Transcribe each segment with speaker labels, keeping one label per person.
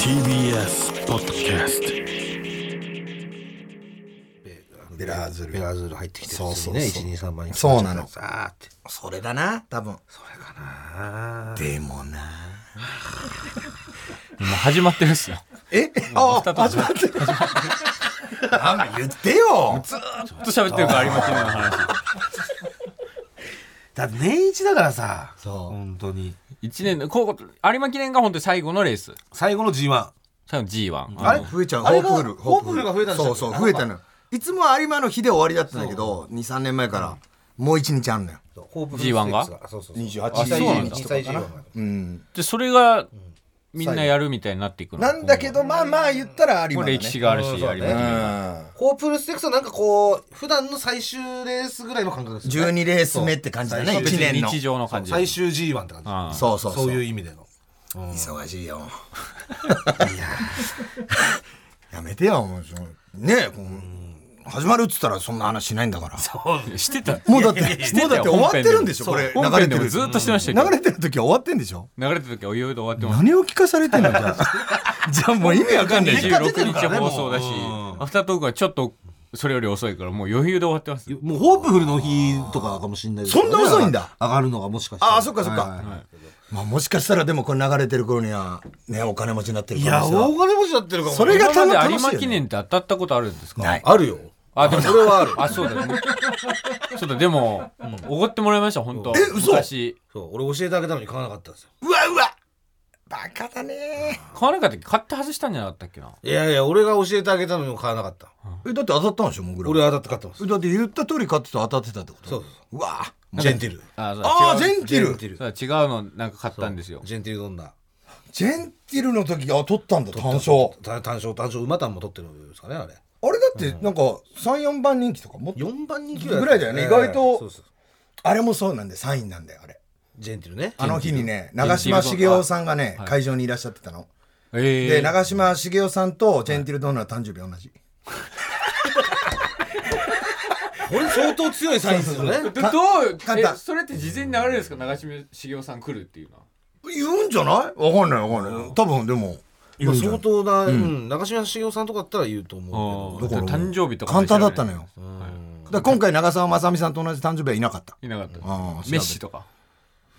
Speaker 1: TBS ポッドキャスト
Speaker 2: ベラアズー
Speaker 3: ベ
Speaker 2: ル
Speaker 3: ラズール入ってきてる
Speaker 2: そうそうそう
Speaker 3: ね123番に
Speaker 2: そうなの
Speaker 3: さーってそれだな多分それかなでもな
Speaker 4: もう始まってるっ すよ。
Speaker 3: えあ始まってるなんか言ってよ
Speaker 4: ずっと喋ってるから有馬記念の話。
Speaker 3: だって年一だからさ
Speaker 2: そう
Speaker 3: 本当に
Speaker 4: 一年の、こう、有馬記念が本当に最後のレース。
Speaker 3: 最後の G1
Speaker 4: 最後の G1。
Speaker 2: あれ
Speaker 4: の
Speaker 2: 増えちゃう
Speaker 3: あ
Speaker 2: ホ
Speaker 3: れ
Speaker 2: ー
Speaker 3: が
Speaker 2: プフル
Speaker 3: ホープフルが増えたんでした
Speaker 2: そ
Speaker 3: っ
Speaker 2: う
Speaker 3: け
Speaker 2: そう増えたのよいつも有馬の日で終わりだったんだけど23年前からもう1日あんのよ
Speaker 3: ホープ
Speaker 4: G1 が
Speaker 3: そうそうそう
Speaker 2: 28
Speaker 3: あそうなんだ
Speaker 2: 日
Speaker 3: 歳 G1
Speaker 2: うん
Speaker 4: で、それが、みんなやるみたいになっていくの。
Speaker 2: なんだけどまあまあ言ったら有
Speaker 4: 今後。こ
Speaker 2: 馬だ
Speaker 4: れ
Speaker 2: ね
Speaker 4: 歴史があるし、有馬記念が。
Speaker 3: ホープルステークスはなんかこう普段の最終レースぐらいの感覚ですよね
Speaker 2: 12レース目って感じだね
Speaker 3: そう
Speaker 2: 1年の
Speaker 4: 日常の感じ。
Speaker 3: 最終 G1 って感じ
Speaker 4: うん
Speaker 2: そうそう
Speaker 3: そういう
Speaker 2: う
Speaker 3: 意味での
Speaker 2: 忙しいよいや やめてよもうそのねえこう始まるっつったらそんな話しないんだから
Speaker 4: してた。
Speaker 2: もうだっ
Speaker 4: いや
Speaker 2: て
Speaker 4: してたよ
Speaker 2: もうだって終わってるんでしょこ
Speaker 4: 本
Speaker 2: れ
Speaker 4: 編
Speaker 2: 流
Speaker 4: 本
Speaker 2: れ
Speaker 4: 編
Speaker 2: て
Speaker 4: でも
Speaker 2: る
Speaker 4: ずっとしてました
Speaker 2: 流
Speaker 4: よ。
Speaker 2: れてる時は終わってんでしょ
Speaker 4: 流れてる時はおいおいで終わってます。
Speaker 2: 何を聞かされてんのじゃあじゃあもう意味わかんないじゃん
Speaker 4: 26日放送だし、アフタートークはちょっとそれより遅いから、もう余裕で終わってます。
Speaker 3: もうホープフルの日とかかもしれないですけどね
Speaker 2: そんな遅いんだ
Speaker 3: 上がるのがもしかして
Speaker 2: ああそっかそっか
Speaker 3: はいはい
Speaker 2: まあもしかしたらでもこれ流れてる頃にはねお金持ちになってる
Speaker 3: い
Speaker 2: 可
Speaker 3: や
Speaker 2: 能性は
Speaker 3: 大金持ちだってるかも
Speaker 2: それが
Speaker 4: 今まで有
Speaker 2: 楽しいよ
Speaker 4: 馬
Speaker 2: ね
Speaker 4: 記念って当たったことあるんですか
Speaker 2: ない
Speaker 3: あるよ
Speaker 4: あ、でも、
Speaker 3: それはある
Speaker 4: あ、そうだね。そうだ、でも、おごってもらいました、本当。え、
Speaker 2: 嘘
Speaker 4: 昔。
Speaker 3: そう俺教えてあげたのに買わなかったんですよ
Speaker 2: うわうわバカだね
Speaker 4: 買わなかったっけ買って外したんじゃなかったっけな。
Speaker 3: いやいや俺が教えてあげたのにも買わなかった
Speaker 2: えだって当たったんでしょもぐら
Speaker 3: 俺は当たって買ってます
Speaker 2: えだって言った通り買ってた当たってたってこと
Speaker 3: そうそう
Speaker 2: うわ
Speaker 3: ジェンティル
Speaker 4: あ、そうだ
Speaker 2: ああジ
Speaker 4: 違う
Speaker 2: ェンティル
Speaker 3: ジェンティル
Speaker 4: そうだ違うの、なんか買ったんですよ。
Speaker 3: ジェンティル飲んだ
Speaker 2: ジェンティルの時あ取ったんだ単勝
Speaker 3: 単勝単勝馬単も取ってるんですかねあれ
Speaker 2: あれだってなんか34番人気とかもっと
Speaker 3: 4番人気
Speaker 2: ぐらいだよね意外と
Speaker 3: そうそう
Speaker 2: あれもそうなんで3位なんだよあれ
Speaker 3: ジェンティルね
Speaker 2: あの日にね長嶋茂雄さんがね会場にいらっしゃってたの
Speaker 4: え
Speaker 2: で
Speaker 4: え。
Speaker 2: 長嶋茂雄さんとジェンティルドーナー誕生日同じ
Speaker 3: これ相当強いサインですよね
Speaker 4: どどう
Speaker 2: 簡
Speaker 4: え
Speaker 2: 単
Speaker 4: それって事前に流れるんですか長嶋茂雄さん来るっていうのは
Speaker 2: 言うんじゃないわかんないわかんない多分でも言うんじゃ
Speaker 3: 相
Speaker 2: ない
Speaker 3: 当な、うん、長嶋茂雄さんとかだったら言うと思う
Speaker 4: だ
Speaker 2: だ
Speaker 4: か
Speaker 2: からら
Speaker 4: 誕生日とか
Speaker 2: 簡単だったの
Speaker 4: よ
Speaker 2: よだから今回長澤まさみさんと同じ誕生日はいなかった
Speaker 4: いなかった
Speaker 2: ああ
Speaker 4: メッシとか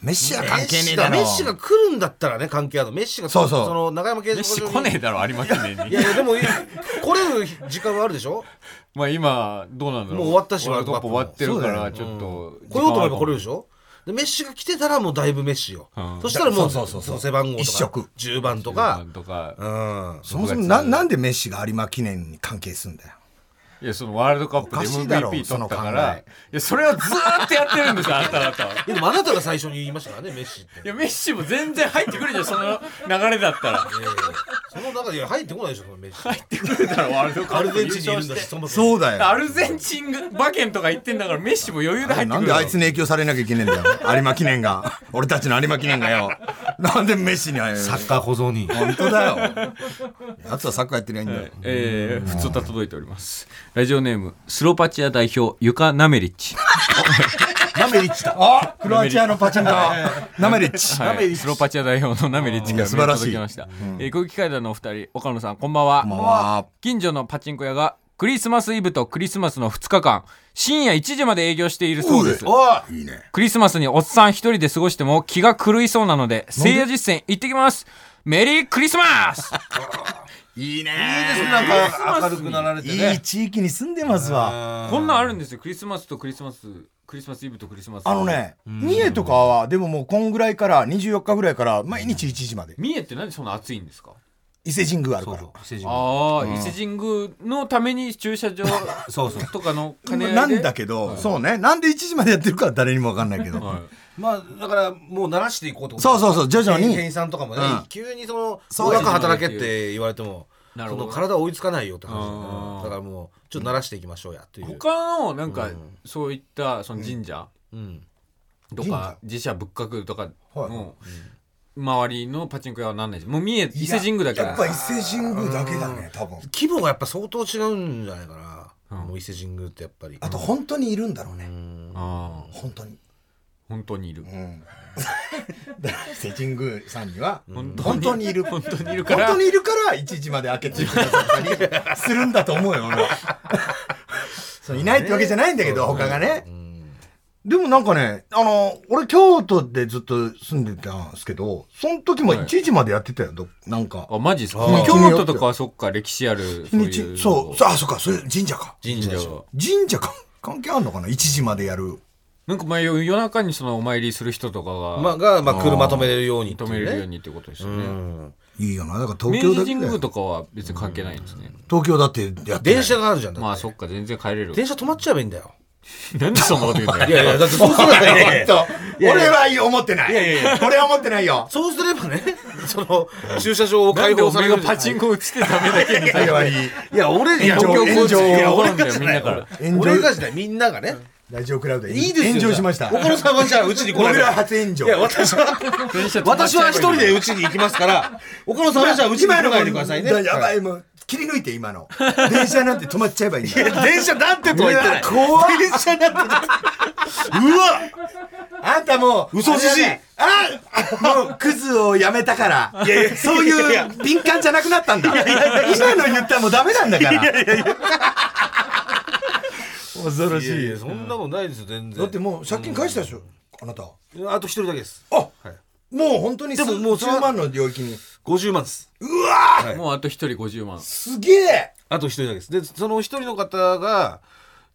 Speaker 2: メッシは
Speaker 3: けど
Speaker 2: 関係ねえだろ
Speaker 3: メッシが来るんだったらね関係あるのメッシが
Speaker 2: そうそう
Speaker 3: の中山
Speaker 4: メ
Speaker 3: 刑
Speaker 4: ッ
Speaker 3: 事
Speaker 4: シ
Speaker 3: 部長に
Speaker 4: 来ねえだろ有馬記念
Speaker 3: い
Speaker 4: に
Speaker 3: やいやでもいい来れる 時間はあるでしょ
Speaker 4: まあ今どうなんだろう
Speaker 3: もう終わったし
Speaker 4: ワールドカップ終
Speaker 3: ワー
Speaker 4: わ
Speaker 3: ルドカ
Speaker 4: っ
Speaker 3: ッ
Speaker 4: てるか
Speaker 2: そうだ
Speaker 4: らちょっと
Speaker 3: 来ようと思えば来れる
Speaker 4: る
Speaker 3: でしょでメッシが来てたらもうだいぶメッシよ、
Speaker 4: うん
Speaker 3: そしたらもう
Speaker 2: そうそうそうそう
Speaker 3: 背番号
Speaker 2: 一
Speaker 3: とか
Speaker 2: 色
Speaker 3: 10番とか
Speaker 4: とか
Speaker 3: うん
Speaker 2: そもそもななんでメッシが有馬記念に関係すんだよ
Speaker 4: いやそのワールドカップ
Speaker 2: おか
Speaker 4: で
Speaker 2: しいだろ
Speaker 4: MVP 取ったか
Speaker 2: その
Speaker 4: ら
Speaker 2: 考
Speaker 4: いやそれはずーっとやってるんですよあんた方はい
Speaker 3: でもあなたが最初に言いましたからねメッシって
Speaker 4: やメッシも全然入ってくるじゃんその流れだったら
Speaker 3: その中でいや入ってこないでしょそのメッシ
Speaker 4: 入ってくるだろワールドカ
Speaker 3: ア
Speaker 4: ッ
Speaker 3: ル
Speaker 4: プ
Speaker 3: ゼン
Speaker 4: 優
Speaker 3: チンにい
Speaker 4: 勝
Speaker 3: るん
Speaker 4: し
Speaker 3: だ
Speaker 4: て
Speaker 3: しそもそも
Speaker 2: そうだ
Speaker 4: ア
Speaker 2: よ
Speaker 4: ルゼンチンが馬券とか行ってんだからメッシも余裕で入って
Speaker 2: な
Speaker 4: く
Speaker 2: ん
Speaker 4: る
Speaker 2: で
Speaker 4: だろ
Speaker 2: あいつに影響されなきゃいけねえんだ よ有馬記念が俺たちの有馬記念がよなんでメッシにあ
Speaker 3: サッカー保存に
Speaker 2: 本当だよやつはサッカーやってりゃいいんだよ
Speaker 4: えー、普通た届いております。ラジオネーム、スロパチア代表、ユカ・ナメリッチ。
Speaker 2: ナメリッチだあクロアチアのパチンカナメリッチ
Speaker 4: はいスロパチア代表のナメリッチから
Speaker 2: 素晴らし
Speaker 4: メール届
Speaker 2: い
Speaker 4: きました。えー、空気階段のお二人、岡野さん、こんばんは。
Speaker 2: んばんは
Speaker 4: 近所のパチンコ屋が、クリスマスイブとクリスマスの2日間、深夜1時まで営業しているそうです。
Speaker 2: いいいね
Speaker 4: クリスマスにおっさん一人で過ごしても気が狂いそうなので、聖夜実践行ってきますメリークリスマ ス
Speaker 2: いいね
Speaker 3: なんか明るくなられて
Speaker 2: いい
Speaker 3: ね
Speaker 2: 地域に住んでますわ
Speaker 4: こんなんあるんですよ。クリスマスとクリスマス、クリスマスイブとクリスマス。
Speaker 2: あの。ね三重とかはでももうこんぐらいから24日ぐらいから毎日1時まで
Speaker 4: 三重ってなんでそんな暑いんですか
Speaker 2: 伊勢神宮あるか
Speaker 4: あ
Speaker 2: ら
Speaker 4: あ、伊勢神宮のために駐 車場
Speaker 3: そうそう
Speaker 4: とかの金合いで
Speaker 2: なんだけどそうねなんで1時までやってるかは誰にも分かんないけど
Speaker 4: はい
Speaker 3: まあだからもう慣らしていこうってこと
Speaker 2: そうそうそう徐々に
Speaker 3: 店員さんとかもね、
Speaker 2: うん
Speaker 3: 急にその「
Speaker 2: そう
Speaker 3: 大中働け」って言われても
Speaker 4: なる
Speaker 3: そ
Speaker 4: ほど
Speaker 3: の体追いつかないよって話だ,、
Speaker 4: あー
Speaker 3: だからもうちょっと慣らしていきましょうやっていう、
Speaker 4: 他のなんか、そういったその神社
Speaker 3: うん
Speaker 4: とか、自社仏閣とか
Speaker 2: はい
Speaker 4: の周りのパチンコ屋はなんないですもう三重 伊勢神宮だけ
Speaker 2: やっぱ伊勢神宮だけだね多分
Speaker 3: 規模がやっぱ相当違うんじゃないかな、もう伊勢神宮ってやっぱり
Speaker 2: あと本当にいるんだろうね
Speaker 4: あ
Speaker 2: 本当に
Speaker 4: 本当にいる。
Speaker 2: うん。 だから伊勢神宮さんには、
Speaker 4: 本当に
Speaker 2: 本当にいる。
Speaker 4: 本当にいるか
Speaker 2: 本
Speaker 4: ら
Speaker 2: 当にいるから1時まで開けてくださったりするんだと思うよ 俺はそういないってわけじゃないんだけど、他がね、でもなんかねあの俺京都でずっと住んでたんですけどその時も1時までやってたよ、どなんか
Speaker 4: あ、マジですか
Speaker 2: あー
Speaker 4: 京都とかはそっか、歴史ある。そ
Speaker 2: 日
Speaker 4: う
Speaker 2: に
Speaker 4: い
Speaker 2: ち
Speaker 4: うの
Speaker 2: そうそうあそうかそれ神社か
Speaker 4: 神社を
Speaker 2: 神社か関係あんのかな1時までやる
Speaker 4: なんか前夜中にそのお参りする人とかが、
Speaker 3: まあ、が、まあ、車止めれるようにってい
Speaker 4: 止
Speaker 3: うね
Speaker 4: めれるようにってことですよ
Speaker 3: う
Speaker 4: ね。
Speaker 3: ん
Speaker 2: いいよなだから
Speaker 4: 明
Speaker 2: 東京
Speaker 4: 治
Speaker 2: だ
Speaker 4: 神
Speaker 2: けだ
Speaker 4: 宮
Speaker 2: よ
Speaker 4: とかは別に関係ないんですね。
Speaker 2: 東京だってやってな
Speaker 3: 電
Speaker 2: い
Speaker 3: 車があるじゃんだって
Speaker 4: まあそっか、全然帰れる。
Speaker 3: 電車止まっちゃえばいいんだよ
Speaker 4: なんでそんなこと言うんだ
Speaker 3: い
Speaker 4: よ。
Speaker 3: やいやだってそうすれば
Speaker 2: いやい
Speaker 3: ね
Speaker 2: や俺はいい思ってない俺は思ってないよ
Speaker 3: そうすればね その駐車場を
Speaker 4: なん
Speaker 3: 開
Speaker 4: で
Speaker 3: 放
Speaker 4: お
Speaker 3: さ
Speaker 4: 前
Speaker 3: れる
Speaker 4: がパチンコ打ちてダメだけに
Speaker 2: それはいい
Speaker 3: いや俺いや
Speaker 2: 炎上
Speaker 4: 東
Speaker 3: 俺
Speaker 4: 京交通
Speaker 2: 炎上
Speaker 4: 費が
Speaker 3: 俺
Speaker 4: ん
Speaker 3: が
Speaker 4: だよ、
Speaker 3: じ
Speaker 4: み
Speaker 3: ゃな
Speaker 4: んないから。
Speaker 2: 炎上
Speaker 3: 俺がじゃないみんながね
Speaker 2: ラジオクラウドで
Speaker 3: いいですよ
Speaker 2: 炎上しました
Speaker 3: じゃあ岡野さんはじゃあうちに来な
Speaker 2: 俺
Speaker 3: い
Speaker 2: ら初炎上
Speaker 3: いや私は
Speaker 4: 電車止まっちゃえばいい
Speaker 3: 私は一人でうちに行きますから岡野さんはじゃあうちに来ないでくださいね
Speaker 2: 今のやばいもう切り抜いて今の電車なんて止まっちゃえばいいんだよ
Speaker 3: 電車なんてとは言ってないう
Speaker 2: わ怖っ
Speaker 3: 電車なんて
Speaker 2: あんたもう
Speaker 3: 嘘じじい
Speaker 2: あれだねあもうクズをやめたから
Speaker 3: いやいや
Speaker 2: そう
Speaker 3: いやい
Speaker 2: い
Speaker 3: う
Speaker 2: 敏感じゃなくなったんだ今の言ったらもうダメなんだから恐ろし
Speaker 3: い
Speaker 2: い
Speaker 3: やそんなことないですよ全然
Speaker 2: だってもう借金返したでしょあなたは
Speaker 3: あと一人だけです
Speaker 2: あ、
Speaker 3: はい
Speaker 2: もう本当に
Speaker 3: でももうそれ
Speaker 2: 10万の領域に
Speaker 3: 50万です
Speaker 4: もうあと一人50万。
Speaker 2: すげえ
Speaker 3: あと一人だけですでその一人の方が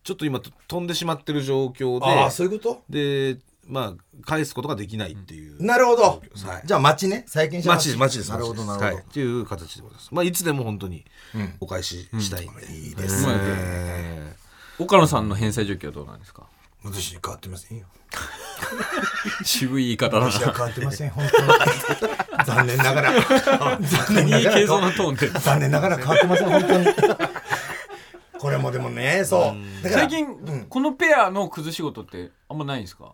Speaker 3: ちょっと今と飛んでしまってる状況で
Speaker 2: ああそういうこと
Speaker 3: でまあ返すことができないっていう、
Speaker 2: なるほど
Speaker 3: はい
Speaker 2: じゃあ町ね債権者
Speaker 3: マジですマジです
Speaker 2: なるほどな
Speaker 3: マジです
Speaker 2: るほ
Speaker 3: はい、っていう形でございますまあいつでも本当にお返ししたいんで、
Speaker 2: どいいです
Speaker 4: うまい
Speaker 3: え
Speaker 4: 岡野さんの返済状況はどうなんですか
Speaker 2: 私変わってませんよ
Speaker 4: 渋い言い方だ
Speaker 2: 私は
Speaker 4: な。
Speaker 2: 変わってません本当に残念ながら残念
Speaker 4: い
Speaker 2: ないが
Speaker 4: 系そ
Speaker 2: ら
Speaker 4: のトーンで。
Speaker 2: 残念ながら変わってません本当にこれもでもねそうだから
Speaker 4: 最近、このペアの崩し事ってあんまないんですか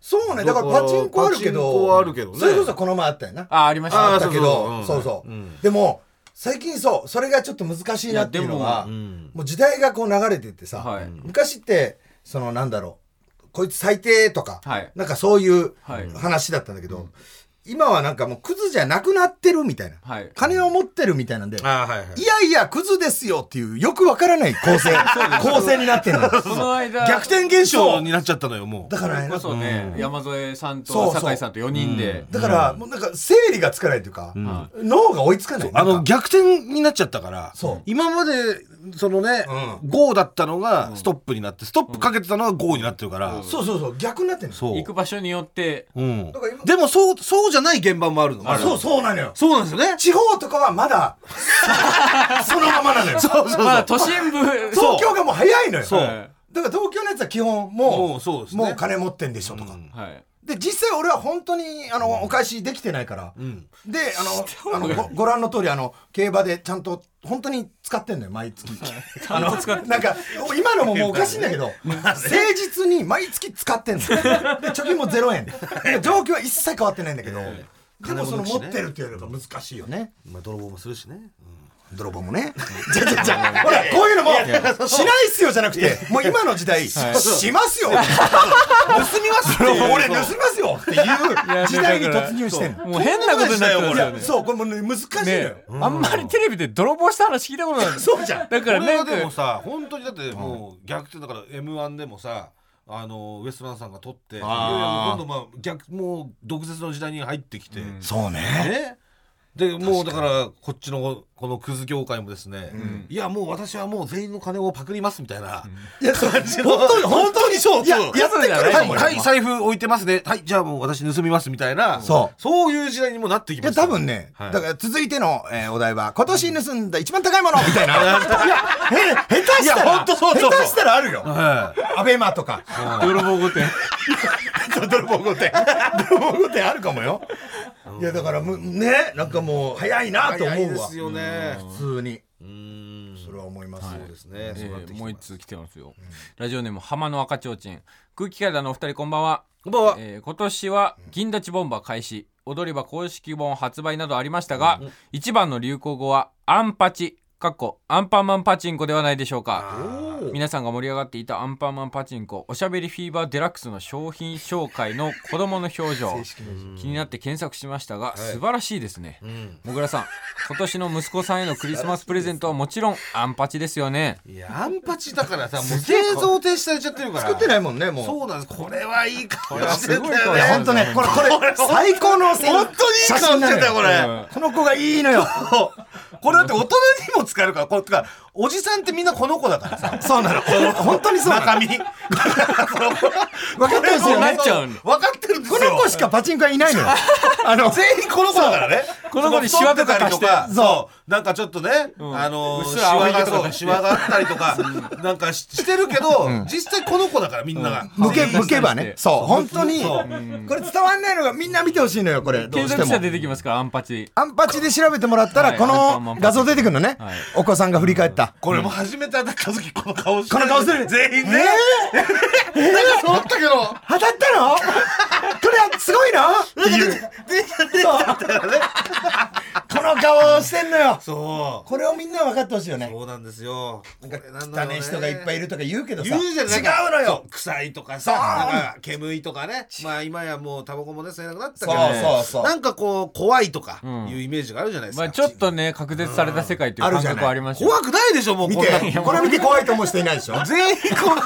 Speaker 2: そうねだからパチンコあるけど
Speaker 3: パチンコはあるけどね
Speaker 2: それこそこの前あったよな
Speaker 4: あ、ありまし
Speaker 2: あ
Speaker 4: た。
Speaker 2: ったけ
Speaker 3: あ
Speaker 2: ど
Speaker 3: ー
Speaker 2: そ
Speaker 3: そうう
Speaker 2: そ
Speaker 3: そうう
Speaker 2: でも最近そうそれがちょっと難しいなっていうの
Speaker 4: いや
Speaker 2: は
Speaker 4: で
Speaker 2: も
Speaker 3: ん
Speaker 4: も
Speaker 2: う時代がこう流れてってさ、
Speaker 4: はい
Speaker 2: 昔ってそのなんだろうこいつ最低とか、
Speaker 4: はい
Speaker 2: なんかそういう
Speaker 4: はい
Speaker 2: 話だったんだけど、今はなんかもうクズじゃなくなってるみたいな、
Speaker 4: はい
Speaker 2: 金を持ってるみたいなんで、
Speaker 3: ああはいはい
Speaker 2: いやいやクズですよっていうよくわからない構成構成になってるのよ
Speaker 4: この間、
Speaker 2: 逆転現
Speaker 3: そう
Speaker 2: 象
Speaker 3: になっちゃったのよもう
Speaker 2: だからね
Speaker 4: こそね、山添さん
Speaker 2: そ
Speaker 4: と
Speaker 2: うそう
Speaker 4: 酒井さんと4人で。
Speaker 2: だからもうなんか整理がつかないというか、
Speaker 4: は
Speaker 2: 脳が追いつかない
Speaker 3: あ
Speaker 2: な
Speaker 3: の
Speaker 2: んか
Speaker 3: 逆転になっちゃったから
Speaker 2: そう
Speaker 3: 今までそのね、
Speaker 2: う
Speaker 3: ゴーだったのがストップになってストップかけてたのがゴーになってるから、
Speaker 2: そうそうそう逆になってるの
Speaker 3: そう
Speaker 4: 行く場所によって、
Speaker 3: うん
Speaker 2: だから今
Speaker 3: でもそうそうじゃない現場もあるの
Speaker 2: そうそうなのよ
Speaker 3: そうなんですよね
Speaker 2: 地方とかは まだそのままなのよ
Speaker 3: そうそうそう、
Speaker 4: まあ都心部、
Speaker 2: 東京がもう早いのよ
Speaker 3: そう
Speaker 4: はい
Speaker 2: だから東京のやつは基本もう
Speaker 3: もうそうですね
Speaker 2: もう金持ってんでしょとか、
Speaker 3: うん
Speaker 4: はい。
Speaker 2: で実際俺は本当にあの、お返しできてないから、
Speaker 3: ん
Speaker 2: であのあのごご覧の通りあの競馬でちゃんと本当に使ってんのよ毎月 あのなんか今のももうおかしいんだ けど、誠実に毎月使ってんのよで貯金も0円で状況は一切変わってないんだけど、でもそ
Speaker 3: 金
Speaker 2: の
Speaker 3: 持ち
Speaker 2: 持
Speaker 3: ね
Speaker 2: ってるっていうのが難しいよね
Speaker 3: まあ、泥棒もするしね、
Speaker 2: 泥棒もね。 じゃじゃじゃ、ほら、こういうのも、しないっすよじゃなくて、もう今の時代、しますよ。盗み ますよ。俺盗みますよっていう時代に突入してんの。
Speaker 4: もう変なことになってます
Speaker 2: い
Speaker 4: よ
Speaker 2: や、
Speaker 4: ね。
Speaker 2: そう、これもね難しいのよ
Speaker 4: ね。あんまりテレビで泥棒した話聞いたことない。
Speaker 2: そうじゃん。
Speaker 4: だか
Speaker 3: こ
Speaker 4: ら
Speaker 3: れ
Speaker 4: ね
Speaker 3: は、でもさ本当にだってもう逆転だから m 1でもさあのウエストランドさんが取っていやいや
Speaker 2: あ
Speaker 3: 今
Speaker 2: ー
Speaker 3: 度まあ逆もう毒舌の時代に入ってきて、
Speaker 2: そうね。
Speaker 3: ねでもうだからこっちのこのクズ業界もですね、いやもう私はもう全員の金をパクりますみたいな、
Speaker 2: いや、そう本当に、本当にそう。いや、やってくる
Speaker 3: は
Speaker 2: と
Speaker 3: い、
Speaker 2: 思うよ
Speaker 3: はい、財布置いてますねはいじゃあもう私盗みますみたいな
Speaker 2: そう
Speaker 3: そういう時代にもなってき
Speaker 2: い
Speaker 3: ま
Speaker 2: や、
Speaker 3: した
Speaker 2: 多分ね、
Speaker 3: はい
Speaker 2: だから続いての、えーお題は、今年盗んだ一番高いものみ たいな。いや、へ、下手したら、
Speaker 3: いやほんとそうそう
Speaker 2: 下手したらあるよ。
Speaker 3: は
Speaker 2: アベマとか。
Speaker 4: 泥棒御殿。
Speaker 2: そう泥棒御殿 泥棒御殿あるかもよいやだからむねなんかもう早いなと
Speaker 3: 早い
Speaker 2: 思
Speaker 3: で
Speaker 2: うわ
Speaker 3: すよね
Speaker 2: 普通に
Speaker 3: うん
Speaker 2: それは思います、
Speaker 3: そうですね、そうなって
Speaker 4: えー
Speaker 3: きて
Speaker 4: もう一通来てますよ。ラジオネーム、浜の赤ちょうちん。空気階段のお二人、こんばんは。
Speaker 3: こんばんは
Speaker 4: えー今年は銀立ちボンバー開始踊り場公式本発売などありましたが、一番の流行語はアンパチかっこアンパンマンパチンコではないでしょうか皆さんが盛り上がっていたアンパンマンパチンコおしゃべりフィーバーデラックスの商品紹介の子供の表情気になって検索しましたが素晴らしいですね、もぐらさん今年の息子さんへのクリスマスプレゼントはもちろんアンパチですよね
Speaker 3: いやアンパチだからさもう製造停止されちゃってるから
Speaker 2: 作ってないもんね、もう。
Speaker 3: そうなんですこれはいい顔
Speaker 4: れは
Speaker 3: してんだよ
Speaker 4: すごい顔
Speaker 2: い
Speaker 4: して
Speaker 2: や、
Speaker 3: ね
Speaker 2: 本当ね、これ、これ、最高の写真、
Speaker 3: 本当にいい顔してたよこれ
Speaker 4: うん
Speaker 2: この子がいいのよ。
Speaker 3: これだって大人にも使えるからこれてかおじさんってみんなこの子だからさ
Speaker 2: そうなの。本当にそうなの。
Speaker 3: 中身分
Speaker 2: 分かってるんですよ
Speaker 4: な
Speaker 2: ね
Speaker 4: っ。ちゃうの
Speaker 3: 分かってるんです
Speaker 2: こ
Speaker 3: よ
Speaker 2: の子しかパチンコはいないのよ。あの、
Speaker 3: 全員この子だからね。
Speaker 4: この子にシワとか貸して
Speaker 3: そうそう。なんかちょっとね、
Speaker 4: ん
Speaker 3: あのー、
Speaker 4: うっす
Speaker 3: シ
Speaker 4: ら青
Speaker 3: ワ
Speaker 4: い毛
Speaker 3: が、
Speaker 4: とか
Speaker 3: そう
Speaker 4: 貸し
Speaker 3: シ
Speaker 4: て
Speaker 3: ワがあったりとか、なんかししてるけど、実際この子だからみんなが。
Speaker 2: 向け、向けば
Speaker 4: そう
Speaker 2: ね。そう、本当に
Speaker 3: そう。
Speaker 2: これ伝わんないのがみんな見てほしいのよ、これ。どう
Speaker 4: 検
Speaker 2: して
Speaker 4: 索したら出
Speaker 2: も。
Speaker 4: てきますからアンパチ
Speaker 2: アンパチで調べてもらった
Speaker 4: は
Speaker 2: ら、
Speaker 4: い
Speaker 2: こ
Speaker 4: アンパンマン
Speaker 2: の
Speaker 4: パチ
Speaker 2: 画像出てくるのね
Speaker 4: はい。
Speaker 2: お子さんが振り返った。
Speaker 3: これも初めて当たった時この顔して
Speaker 2: この顔してる
Speaker 3: 全員ね。
Speaker 2: え
Speaker 3: そうだったけど。
Speaker 2: 当たったの これはすごいのっていう。そうこの顔をしてんのよ。
Speaker 3: そ
Speaker 2: これをみんな分かってほしいよ
Speaker 3: う。
Speaker 2: ね。
Speaker 3: そうなんですよ。なんか
Speaker 2: 汚ね人がいっぱいい
Speaker 3: る。
Speaker 2: るとか言うけどさ。
Speaker 3: 言うじゃない
Speaker 2: 違うのよ。
Speaker 3: そう臭いとかさ、
Speaker 2: そう
Speaker 3: なんか煙いとかね。まあ今やもうタバコもね、吸えなくなったけど。
Speaker 2: そうそうそう
Speaker 3: なんかこう、怖いとかいうイメージがあるじゃないです
Speaker 4: ま
Speaker 3: か。
Speaker 4: あちょっとね隔絶された世界という感覚はありますよ
Speaker 3: 怖くないでしょ、もう
Speaker 2: 見
Speaker 3: こんなの
Speaker 2: て、これ見て怖いと思う人いないでしょ
Speaker 3: 全員この、
Speaker 4: ね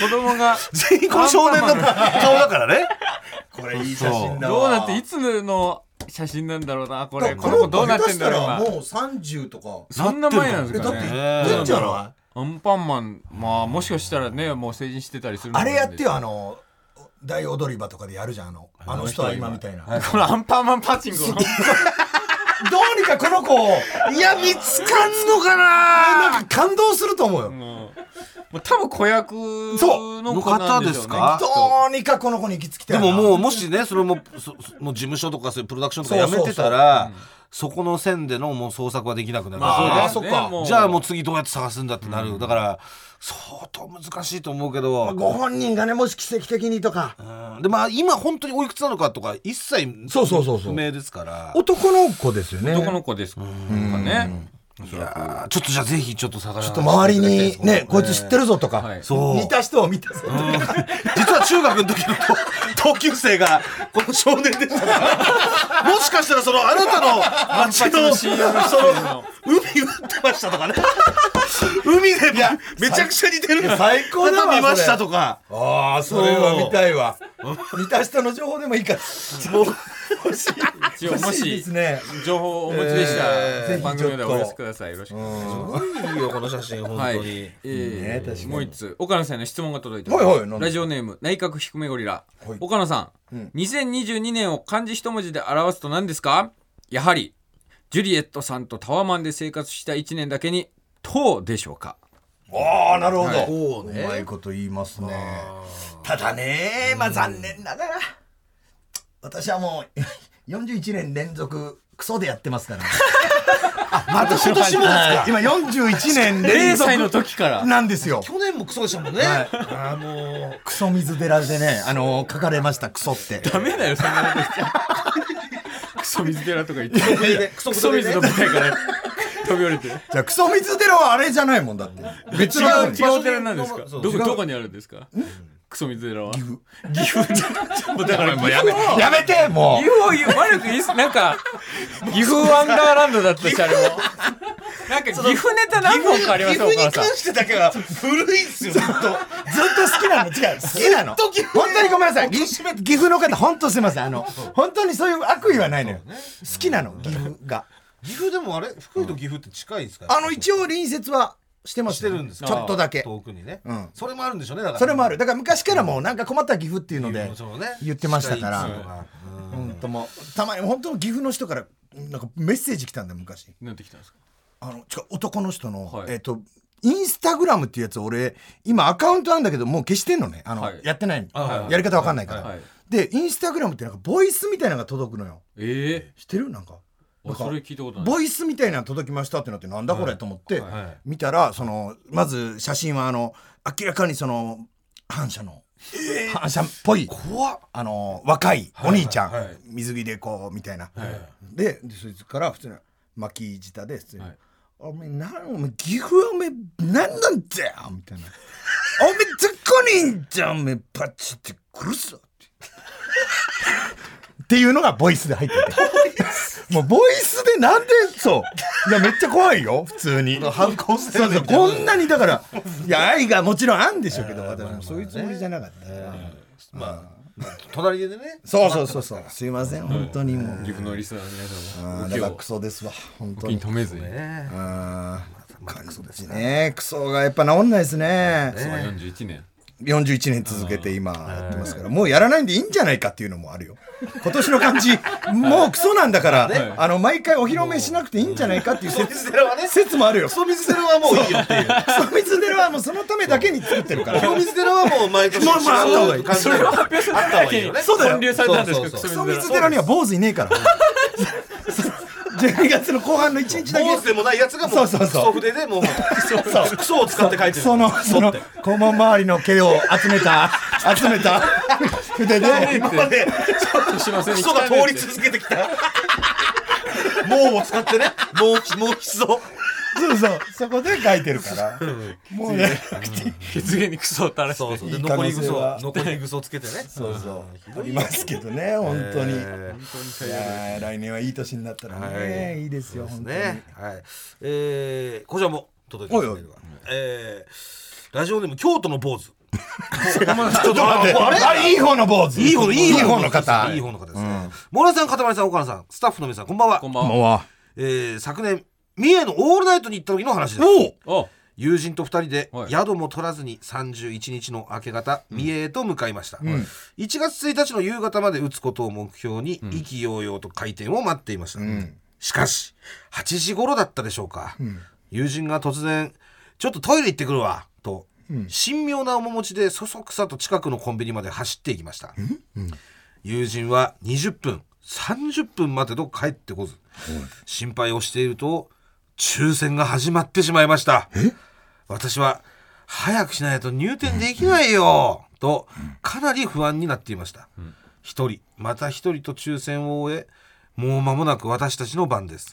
Speaker 4: 子供が
Speaker 3: 全員この少年の顔だからね。
Speaker 2: これいい写真だ
Speaker 4: どう
Speaker 2: わ
Speaker 4: なっていつの写真なんだろうなこれ
Speaker 2: だ
Speaker 4: こ
Speaker 2: か
Speaker 4: の
Speaker 2: ら
Speaker 4: 子どうなってんだろう
Speaker 2: この子下手したら
Speaker 4: 今
Speaker 2: もう30とか。
Speaker 4: そんな前なんですか
Speaker 2: えだっ
Speaker 4: ね
Speaker 2: て
Speaker 3: ね
Speaker 2: いいんじゃな
Speaker 4: アンパンマンまあもしかしたらねもう成人してたりする
Speaker 2: い
Speaker 4: の
Speaker 2: あ
Speaker 4: も
Speaker 2: れやってよ、
Speaker 4: あ
Speaker 2: あの、大踊り場とかでやるじゃん、あの、あの人は今みたいな。ど
Speaker 4: このアンパンマンパチンコの
Speaker 2: うにかこの子を、
Speaker 3: いや、見つかんのかな
Speaker 2: なんか感動すると思うよ。
Speaker 4: もう多分子役の子なん
Speaker 3: の方
Speaker 4: でしょうね
Speaker 3: ですか
Speaker 2: どうにかこの子に行きつき
Speaker 3: で
Speaker 2: たいな。
Speaker 3: もも
Speaker 2: う、
Speaker 3: う、もしね、それも、そそもう事務所とかそういうプロダクションとか
Speaker 2: そ
Speaker 3: や
Speaker 2: うそう
Speaker 3: めてたら、そこの線でのもう創作はできなくなる
Speaker 2: あ
Speaker 3: から
Speaker 2: あそっか
Speaker 4: も
Speaker 3: じゃあもう次どうやって探すんだってなる。だから、相当難しいと思うけど。
Speaker 2: ご本人がね、もし奇跡的にとか。
Speaker 3: うんで、まあ今本当においくつなのかとか一切
Speaker 2: そうそうそうそ
Speaker 3: 不
Speaker 2: う。
Speaker 3: 明ですから。
Speaker 2: 男の子ですよね。
Speaker 4: 男の子ですかね
Speaker 3: いやーちょっとじゃあぜひちょっと探して
Speaker 2: ちょっと周りにね、こいつ知って
Speaker 3: る。
Speaker 2: るぞとか、
Speaker 4: はい
Speaker 3: そう。
Speaker 2: 似た人を見たぞとか、
Speaker 3: 実は中学の時の 同同級生がこの少年でしたからもしかしたらそのあなたの町のその海打ってましたとかね海でめちゃくちゃ似てる
Speaker 2: 最高だわ
Speaker 3: 方見ましたとか
Speaker 2: ああ、それは見たいわ。似た人の情報でもいいから。もう、欲しい。
Speaker 4: 一応も
Speaker 2: 欲しいで
Speaker 4: し
Speaker 2: すね。
Speaker 4: 情報をお持ちでした
Speaker 2: えーぜ
Speaker 4: ら
Speaker 2: ひ
Speaker 4: 番組まで
Speaker 2: ちょっ
Speaker 4: お
Speaker 2: と
Speaker 4: 寄せくださいよろしくお願いします
Speaker 3: いいよこの写真本
Speaker 4: はい。
Speaker 3: い
Speaker 4: え
Speaker 2: ね確か
Speaker 4: ー
Speaker 2: に
Speaker 4: もう一つ、岡野さんへの質問が届いてま
Speaker 2: はいはいなん
Speaker 4: す。
Speaker 2: だ
Speaker 4: ラジオネーム、内閣低めゴリラ
Speaker 2: はい。
Speaker 4: 岡野さん、2022年を漢字一文字で表すと何ですかやはり、ジュリエットさんとタワマンで生活した1年だけに、とうでしょうか
Speaker 2: ああ、なるほ
Speaker 4: はい
Speaker 2: ど。
Speaker 3: う
Speaker 2: う
Speaker 3: ね
Speaker 2: まいこと言いますね。ただね、まあ残念ながら、私はもう 41年連続クソでやってますから。
Speaker 3: また今年も
Speaker 2: はい今41年連
Speaker 4: 0
Speaker 2: 続
Speaker 4: 歳の時から。
Speaker 2: なんですよ。
Speaker 3: 去年もクソでしたもんね、あの
Speaker 2: クソ水寺でね、あの、書かれました、クソって。
Speaker 4: ダメだよ、そんなこと言っちゃ。クソ水寺とか言って。
Speaker 3: ー、クソ
Speaker 4: クソ水の舞台から飛び降りて。
Speaker 2: じゃあ、クソ水寺はあれじゃないもんだって。別
Speaker 4: 違
Speaker 2: の
Speaker 4: う、
Speaker 2: 方に
Speaker 4: 違う寺なんですか
Speaker 3: そ
Speaker 4: ど
Speaker 3: う
Speaker 4: こ、どこにあるんですかクソ水寺は。岐阜。岐阜。もうだから
Speaker 2: もうやめ、やめて、も
Speaker 4: 岐阜を言う悪く言いすなんか岐阜ワンダーランドだったしあれも なんか岐阜ネタ何本かありますよ
Speaker 3: 岐阜に
Speaker 4: 岡野さん
Speaker 3: 関してだけは古いっすよずっと
Speaker 2: う、ずっと好きなの、違う、好きなの。
Speaker 3: ずっと岐阜
Speaker 2: 本当にごめんなさい。岐岐阜の方、本当すいません。あの、本当にそういう悪意はないのよ。好きなの、岐阜が。
Speaker 3: 岐阜でもあれ福井と岐阜って近いんですか
Speaker 2: あの、一応隣接はしてますよ
Speaker 3: してるんです
Speaker 2: ち
Speaker 3: か
Speaker 2: ょっとだけ。
Speaker 3: 遠くにね、
Speaker 2: うん
Speaker 3: それもあるんでしょうねだから
Speaker 2: それもある。だから昔からもう、なんか困ったら岐阜っていうので
Speaker 3: そのね、
Speaker 2: 言ってましたから。
Speaker 3: 近いっていうのがうん
Speaker 2: 本当もうたまに本当の岐阜の人からなんかメッセージ来たんだよ昔
Speaker 4: なんてきたんですか
Speaker 2: あの違う男の人の、
Speaker 4: はい
Speaker 2: えっ、とインスタグラムっていうやつ俺今アカウントあるんだけどもう消してんのねあの、
Speaker 4: はい
Speaker 2: やってないの、
Speaker 3: はい
Speaker 2: やり方わかんないから、
Speaker 4: はい
Speaker 2: でインスタグラムってなんかボイスみたいなのが届くのよ
Speaker 4: え
Speaker 2: 知ってるなんか
Speaker 4: えあそれ聞いたことない
Speaker 2: ボイスみたいなの届きましたってなってなんだこれと思って、
Speaker 3: はい
Speaker 2: 見たらそのまず写真はあの明らかにその反射の、反射っぽい
Speaker 3: 怖っ
Speaker 2: あの若いお兄ちゃん、
Speaker 3: はいはいはい
Speaker 2: 水着でこうみたいな、ででそいつから普通の巻き舌で普通に、
Speaker 4: はい
Speaker 2: おめえ、なん、おめえ、岐阜はおめえ、なんなんだよみたいな。 おめえ、どこにいんじゃんおめえ、パチって来るぞって。っていうのがボイスで入ってて。もうボイスでなんで、そう。いや、めっちゃ怖いよ、普通に。
Speaker 3: 反抗して
Speaker 2: そう そう、こんなにだから、いや、愛がもちろんあるんでしょうけど、私もそういうつもりじゃなかった。
Speaker 3: まあ隣でね
Speaker 2: そうそうそうそう。すいません、本当にもう。
Speaker 4: 岐阜のリスナーの皆さんも
Speaker 2: あーだからクソですわ、本当
Speaker 4: 気に
Speaker 2: に。
Speaker 4: 留めずに、
Speaker 2: あー感じですね。クソがやっぱ治んないですね。
Speaker 4: 昭和41年
Speaker 2: 41年続けて今やってますから、もうやらないんでいいんじゃないかっていうのもあるよ。今年の感 じ、もうクソなんだから、あの、毎回お披露目しなくていいんじゃないかっていう説
Speaker 3: 水寺はね
Speaker 2: 説もあるよ。
Speaker 3: ク
Speaker 2: ク
Speaker 3: ソ水寺はもういいよっていう
Speaker 2: ソ水寺はもうそのためだけに作ってるから。
Speaker 3: クソ水寺はもう毎年
Speaker 2: まあまああった方がいい
Speaker 3: 感じだよあった方がいいよね
Speaker 4: そうだよ建立されたんですけど
Speaker 3: そう
Speaker 2: ク
Speaker 3: そうそう
Speaker 2: ソ水寺には坊主いねえから。12月の後半の1日だけ。
Speaker 3: 坊主でもないやつがもう
Speaker 2: そうそうそう
Speaker 3: クソ筆でもうクソを使って書いてる
Speaker 2: その、その、肛門周りの毛を集めた、 集めた、筆で、
Speaker 3: 今までクソが通り続けてきた毛を使ってね毛毛筆を
Speaker 2: そうそう、そこで書いてるから。もうね、
Speaker 4: 血芸にクソを垂らして
Speaker 3: そうそうで
Speaker 2: いい可
Speaker 3: 残
Speaker 2: 能
Speaker 3: りグ
Speaker 2: 性
Speaker 3: ソ
Speaker 2: は
Speaker 3: 残りグソつけてね
Speaker 2: そうそう、ありますけどね、本当に。
Speaker 3: え
Speaker 2: いやー来年はいい年になったらね、
Speaker 3: はい
Speaker 2: い、いですよ、本当に。
Speaker 3: ねはいえーこちらも届いてま
Speaker 2: お
Speaker 3: す
Speaker 2: い
Speaker 3: ねえーラジオネーム京都の坊主
Speaker 2: ちょっと待って、
Speaker 3: あ
Speaker 2: あ
Speaker 3: れ
Speaker 2: れいい方の坊主。
Speaker 3: いい方のいい方の
Speaker 2: 方。
Speaker 3: いい方の方ですねモラさんかたまりさん岡野さんスタッフの皆さんこんばんは
Speaker 4: こんばんは
Speaker 2: もうわ。
Speaker 3: えー昨年三重のオールナイトに行った時の話です
Speaker 2: おう
Speaker 4: お
Speaker 3: 友人と2人で
Speaker 4: はい
Speaker 3: 宿も取らずに31日の明け方、三重へと向かいました、1月1日の夕方まで打つことを目標に意気揚々と開店を待っていました、しかし8時頃だったでしょうか、友人が突然「ちょっとトイレ行ってくるわ」と、神妙な面持ちでそそくさと近くのコンビニまで走っていきました、友人は20分30分待てど帰ってこず心配をしていると抽選が始まってしまいました私は早くしないと入店できないよとかなり不安になっていました一人また一人と抽選を終えもう間もなく私たちの番です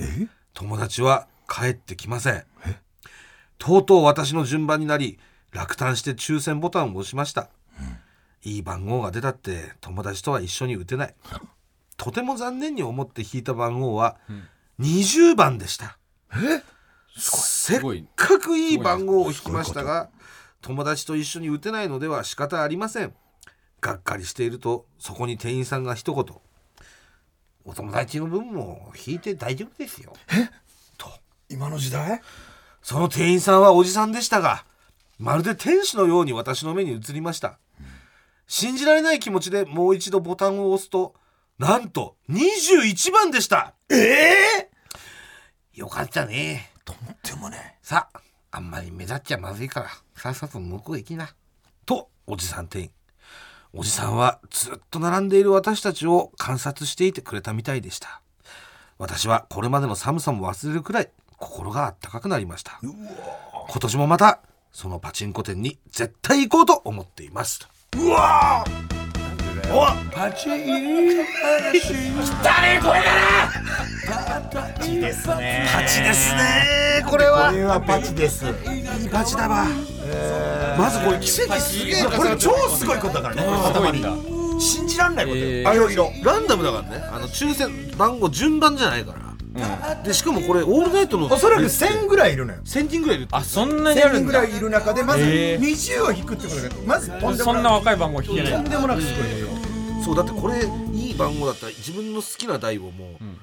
Speaker 3: 友達は帰ってきませんとうとう私の順番になり落胆して抽選ボタンを押しましたいい番号が出たって友達とは一緒に打て ないとても残念に思って引いた番号は20番でした、せっ
Speaker 4: ごい
Speaker 3: かくいい番号を引きましたが友達と一緒に打てないのでは仕方ありませんがっかりしているとそこに店員さんが一言「お友達の分も引いて大丈夫ですよ」
Speaker 2: 今の時代
Speaker 3: その店員さんはおじさんでしたが、まるで天使のように私の目に映りました。信じられない気持ちでもう一度ボタンを押すと、なんと21番でしたええよかったね。
Speaker 2: とんでもね
Speaker 3: さあ、あんまり目立っちゃまずいから、さっさと向こうへ行きな。と、おじさん店員。おじさんはずっと並んでいる私たちを観察していてくれたみたいでした。私はこれまでの寒さも忘れるくらい心があったかくなりました。今年もまたそのパチンコ店に絶対行こうと思っていますうわーおパチン話きたねこれからパチです
Speaker 2: こ
Speaker 3: ねパチですねこれは
Speaker 2: れはパチです。
Speaker 3: いいパチだわ、まずこれ奇跡すげえ
Speaker 2: これ超すごいことだからね、この塊信じらんないことよ。
Speaker 4: え
Speaker 3: あの色ランダムだからねあの抽選番号順番じゃないから、でしかもこれオールナイトの
Speaker 2: おそらく1000ぐらいいるのよ。
Speaker 3: 1000人ぐらいいるって
Speaker 4: あそんなにあ
Speaker 2: 1000
Speaker 4: る
Speaker 2: 人
Speaker 4: ん
Speaker 2: ぐ
Speaker 4: だ
Speaker 2: らいいる中で、まず
Speaker 4: えー
Speaker 2: 20を引くってことが、まずとんで
Speaker 4: そ
Speaker 2: も
Speaker 4: ん
Speaker 2: な。
Speaker 4: ない若い番号引けない
Speaker 2: とんでもなくすごいよ。
Speaker 3: そうだってこれいい番号だったら自分の好きな台をもう、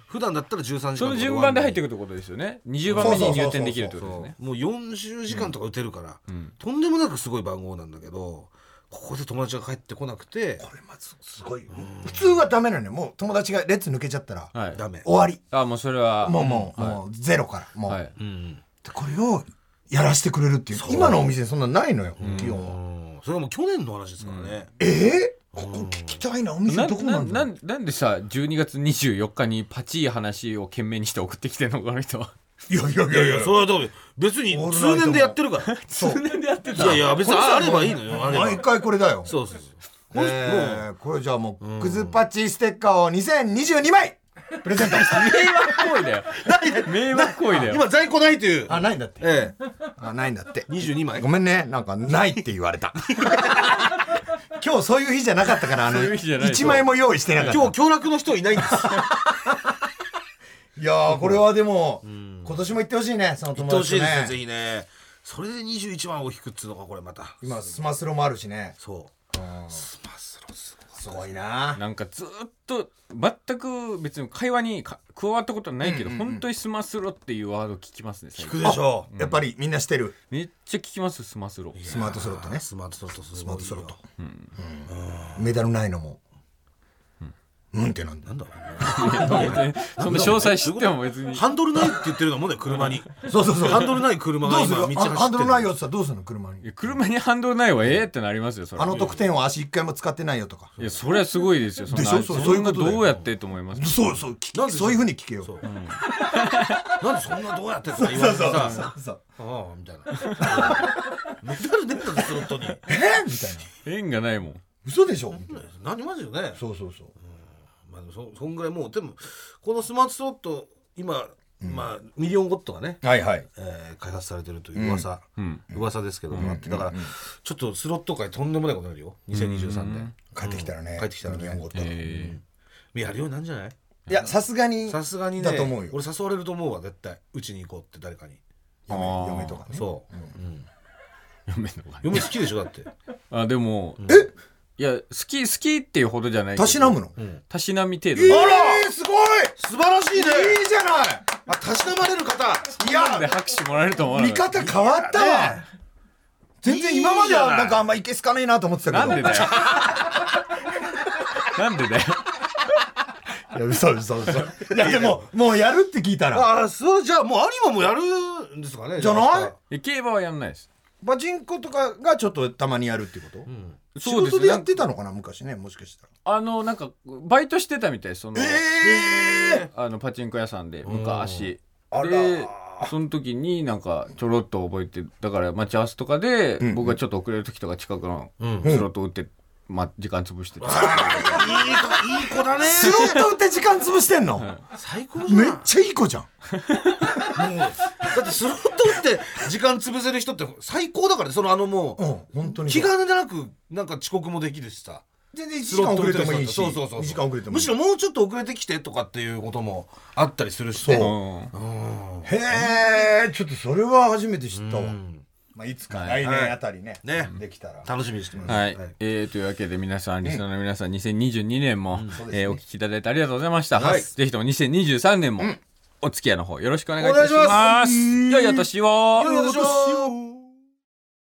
Speaker 3: 普段だったら13時間
Speaker 4: その順番で入っていくってことですよね20番目に入店できるってことですね
Speaker 3: もう40時間とか打てるから、
Speaker 4: ん
Speaker 3: とんでもなくすごい番号なんだけどここで友達が帰ってこなくて
Speaker 2: これまずすごいよ普通はダメなのよもう友達が列抜けちゃったら終
Speaker 4: はい
Speaker 3: ダメ、
Speaker 2: わり
Speaker 4: あもうそれは
Speaker 2: もうもうもうゼロからも
Speaker 4: は
Speaker 2: う
Speaker 4: い
Speaker 3: うん
Speaker 2: でこれをやらしてくれるっていう今のお店そんなないのよ基本は
Speaker 3: それはもう去年の話ですからね、
Speaker 2: えーここ聞きたいなお店
Speaker 4: な
Speaker 2: どこなんだ
Speaker 4: な
Speaker 2: ろう
Speaker 4: ななんでさ12月24日にパチい話を懸命にして送ってきてんのこの人は
Speaker 2: いやいやいやいや
Speaker 3: それはだめ別に通年でやってるから
Speaker 2: そう
Speaker 4: なんでやってた
Speaker 3: いやいや別にあればいいのよあれば
Speaker 2: 毎回これだよ
Speaker 3: そうそうそう
Speaker 2: えーこれじゃあもうクズパチステッカーを2022枚プレゼント した。
Speaker 4: 迷惑行為だよ迷惑行為だよ
Speaker 3: 今在庫ないという
Speaker 2: あ、ないんだって。
Speaker 3: え
Speaker 2: あ、ないんだって
Speaker 3: え。22枚
Speaker 2: ごめんね。なんか、ないって言 われた。今日そういう日じゃなかったから、あの、
Speaker 4: そういう日じゃない
Speaker 2: 1枚も用意してなかった。
Speaker 3: 今日凶楽の人いないん です
Speaker 2: いやー、これはでも、今年も行ってほしいね、その
Speaker 3: 行
Speaker 2: 友
Speaker 3: ってほし
Speaker 2: 達と
Speaker 3: い ですね
Speaker 2: ね。
Speaker 3: ぜひねそれで21万を引くっつうのがこれまた
Speaker 2: 今、スマスロもあるしね。
Speaker 3: そうスマスロす
Speaker 2: すごいな
Speaker 4: なんかずっと全く別に会話にか加わったことないけど、本当にスマスロっていうワード聞きますね最
Speaker 3: ごい
Speaker 4: 近
Speaker 3: 聞くでしょ
Speaker 2: やっぱりみんなしてる。
Speaker 4: めっちゃ聞きますスマスロ
Speaker 2: スマートスロットね。
Speaker 3: スマートスロットスマ
Speaker 2: マートスロットメダルないのも。うんってなんだ。
Speaker 3: なんだろうね
Speaker 4: そんな詳細知っても別に
Speaker 3: ハンドルないって言ってるようなもんだよ車に
Speaker 2: そうそうそう。
Speaker 3: ハンドルない車
Speaker 2: ど
Speaker 3: が
Speaker 2: うす
Speaker 3: 今
Speaker 2: る
Speaker 3: 道走ってる
Speaker 2: ハンドルないよってさ、どうするの車に
Speaker 4: い。や車にハンドルないわええってなりますよそれ
Speaker 2: あの得点は足一回も使ってないよとか。
Speaker 4: いやそれはすごいですよそんな
Speaker 2: でしょそう
Speaker 4: そ
Speaker 2: そういうん
Speaker 4: な
Speaker 2: ことだよ
Speaker 4: どうやってと思います
Speaker 2: そうそう、聞き
Speaker 3: なんでしょ
Speaker 2: そういうふうに聞けよ。
Speaker 3: そうなんでそんなどうやってさ言われてさあ
Speaker 2: そう
Speaker 3: あみたいなメダル出たぞスロットに
Speaker 2: えーみたいな。
Speaker 4: 縁がないもん
Speaker 2: 嘘でしょ
Speaker 3: 何マジよね
Speaker 2: そうそうそう。
Speaker 3: まあでもそそんぐらいもうでもこのスマートスロット今まあミリオンゴッドがね
Speaker 2: はいはい。
Speaker 3: えー開発されてるという噂、
Speaker 4: ん
Speaker 3: 噂ですけどもあってだからちょっとスロット界とんでもないことになるよ2023で
Speaker 2: 帰ってきたらね。
Speaker 3: 帰ってきたらね
Speaker 2: 日本語と
Speaker 4: え
Speaker 3: やるようになんじゃない
Speaker 2: いや、さすがに、
Speaker 3: さすがにね
Speaker 2: だと思うよ。
Speaker 3: 俺誘われると思うわ絶対うちに行こうって誰かに
Speaker 2: 嫁
Speaker 4: あー
Speaker 2: 嫁とかね。
Speaker 3: そう、
Speaker 4: え読めんのかね
Speaker 3: 嫁好きでしょだっ て
Speaker 4: あでも
Speaker 2: え
Speaker 4: いや好き好きっていうほどじゃないけど
Speaker 2: たしなむの
Speaker 4: たしなみ程度
Speaker 2: えー、すごい
Speaker 3: 素晴らしいね
Speaker 2: いいじゃな
Speaker 3: あたしなまれる方
Speaker 2: いい
Speaker 4: なんで
Speaker 2: や、
Speaker 4: 拍手もらえると思わな
Speaker 2: 見
Speaker 4: かった
Speaker 2: 方変わったわ。全然今まではなんかあんまいけすかねえなと思ってたけど。
Speaker 4: なんでだよ なんでだよ
Speaker 2: いや、嘘嘘嘘。いや、でも、もうやるって聞いたら。
Speaker 3: ああそうじゃあもう有馬もやるんですかね
Speaker 2: じゃない
Speaker 3: あ
Speaker 4: え競馬はやんないです
Speaker 2: パチンコとかがちょっとたまにやるってこと、仕
Speaker 4: そうです
Speaker 2: 事でやってたのかな昔ねもしかしたら
Speaker 4: あのなんかバイトしてたみたいその、
Speaker 2: ええ
Speaker 4: あのパチンコ屋さんで昔
Speaker 2: あら
Speaker 4: でその時になんかちょろっと覚えてだから待ち合わせとかで、僕がちょっと遅れる時とか近くのスロット打って、ま、時間潰してた、
Speaker 3: いい子いい子だね
Speaker 2: スロット打って時間潰してんの、
Speaker 3: 最高じゃん
Speaker 2: めっちゃいい子じゃん
Speaker 3: だってスロット打って時間潰せる人って最高だからねそのあのもう、
Speaker 2: うん本当に
Speaker 3: 気兼ねなくなんか遅刻もできるしさ
Speaker 2: 全然1
Speaker 3: ス
Speaker 2: 時
Speaker 3: ロ
Speaker 2: 間
Speaker 3: ット
Speaker 2: 遅
Speaker 3: 打
Speaker 2: れ
Speaker 3: て
Speaker 2: て
Speaker 3: る
Speaker 2: もいいし
Speaker 3: そうそうそう
Speaker 2: 2時間遅れてもい
Speaker 3: む
Speaker 2: い
Speaker 3: しろもうちょっと遅れてきてとかっていうこともあったりするしね
Speaker 2: そう
Speaker 4: うん
Speaker 3: うん
Speaker 2: へえちょっとそれは初めて知ったわ、まあ、いつか
Speaker 4: は
Speaker 2: 来
Speaker 4: い
Speaker 2: 年あたりね,、
Speaker 3: ね
Speaker 2: できたら
Speaker 3: 楽しみにしてます、
Speaker 4: はい、えーというわけで皆さんリスナーの皆さん2022年も、えーお聞きいただいてありがとうございました、
Speaker 3: はい
Speaker 4: ぜひとも2023年もお付き合いの方よろしくお願いい
Speaker 3: お願
Speaker 4: た
Speaker 3: い
Speaker 4: し
Speaker 3: します
Speaker 4: ます良いお年を
Speaker 3: 良いお年を
Speaker 2: 私を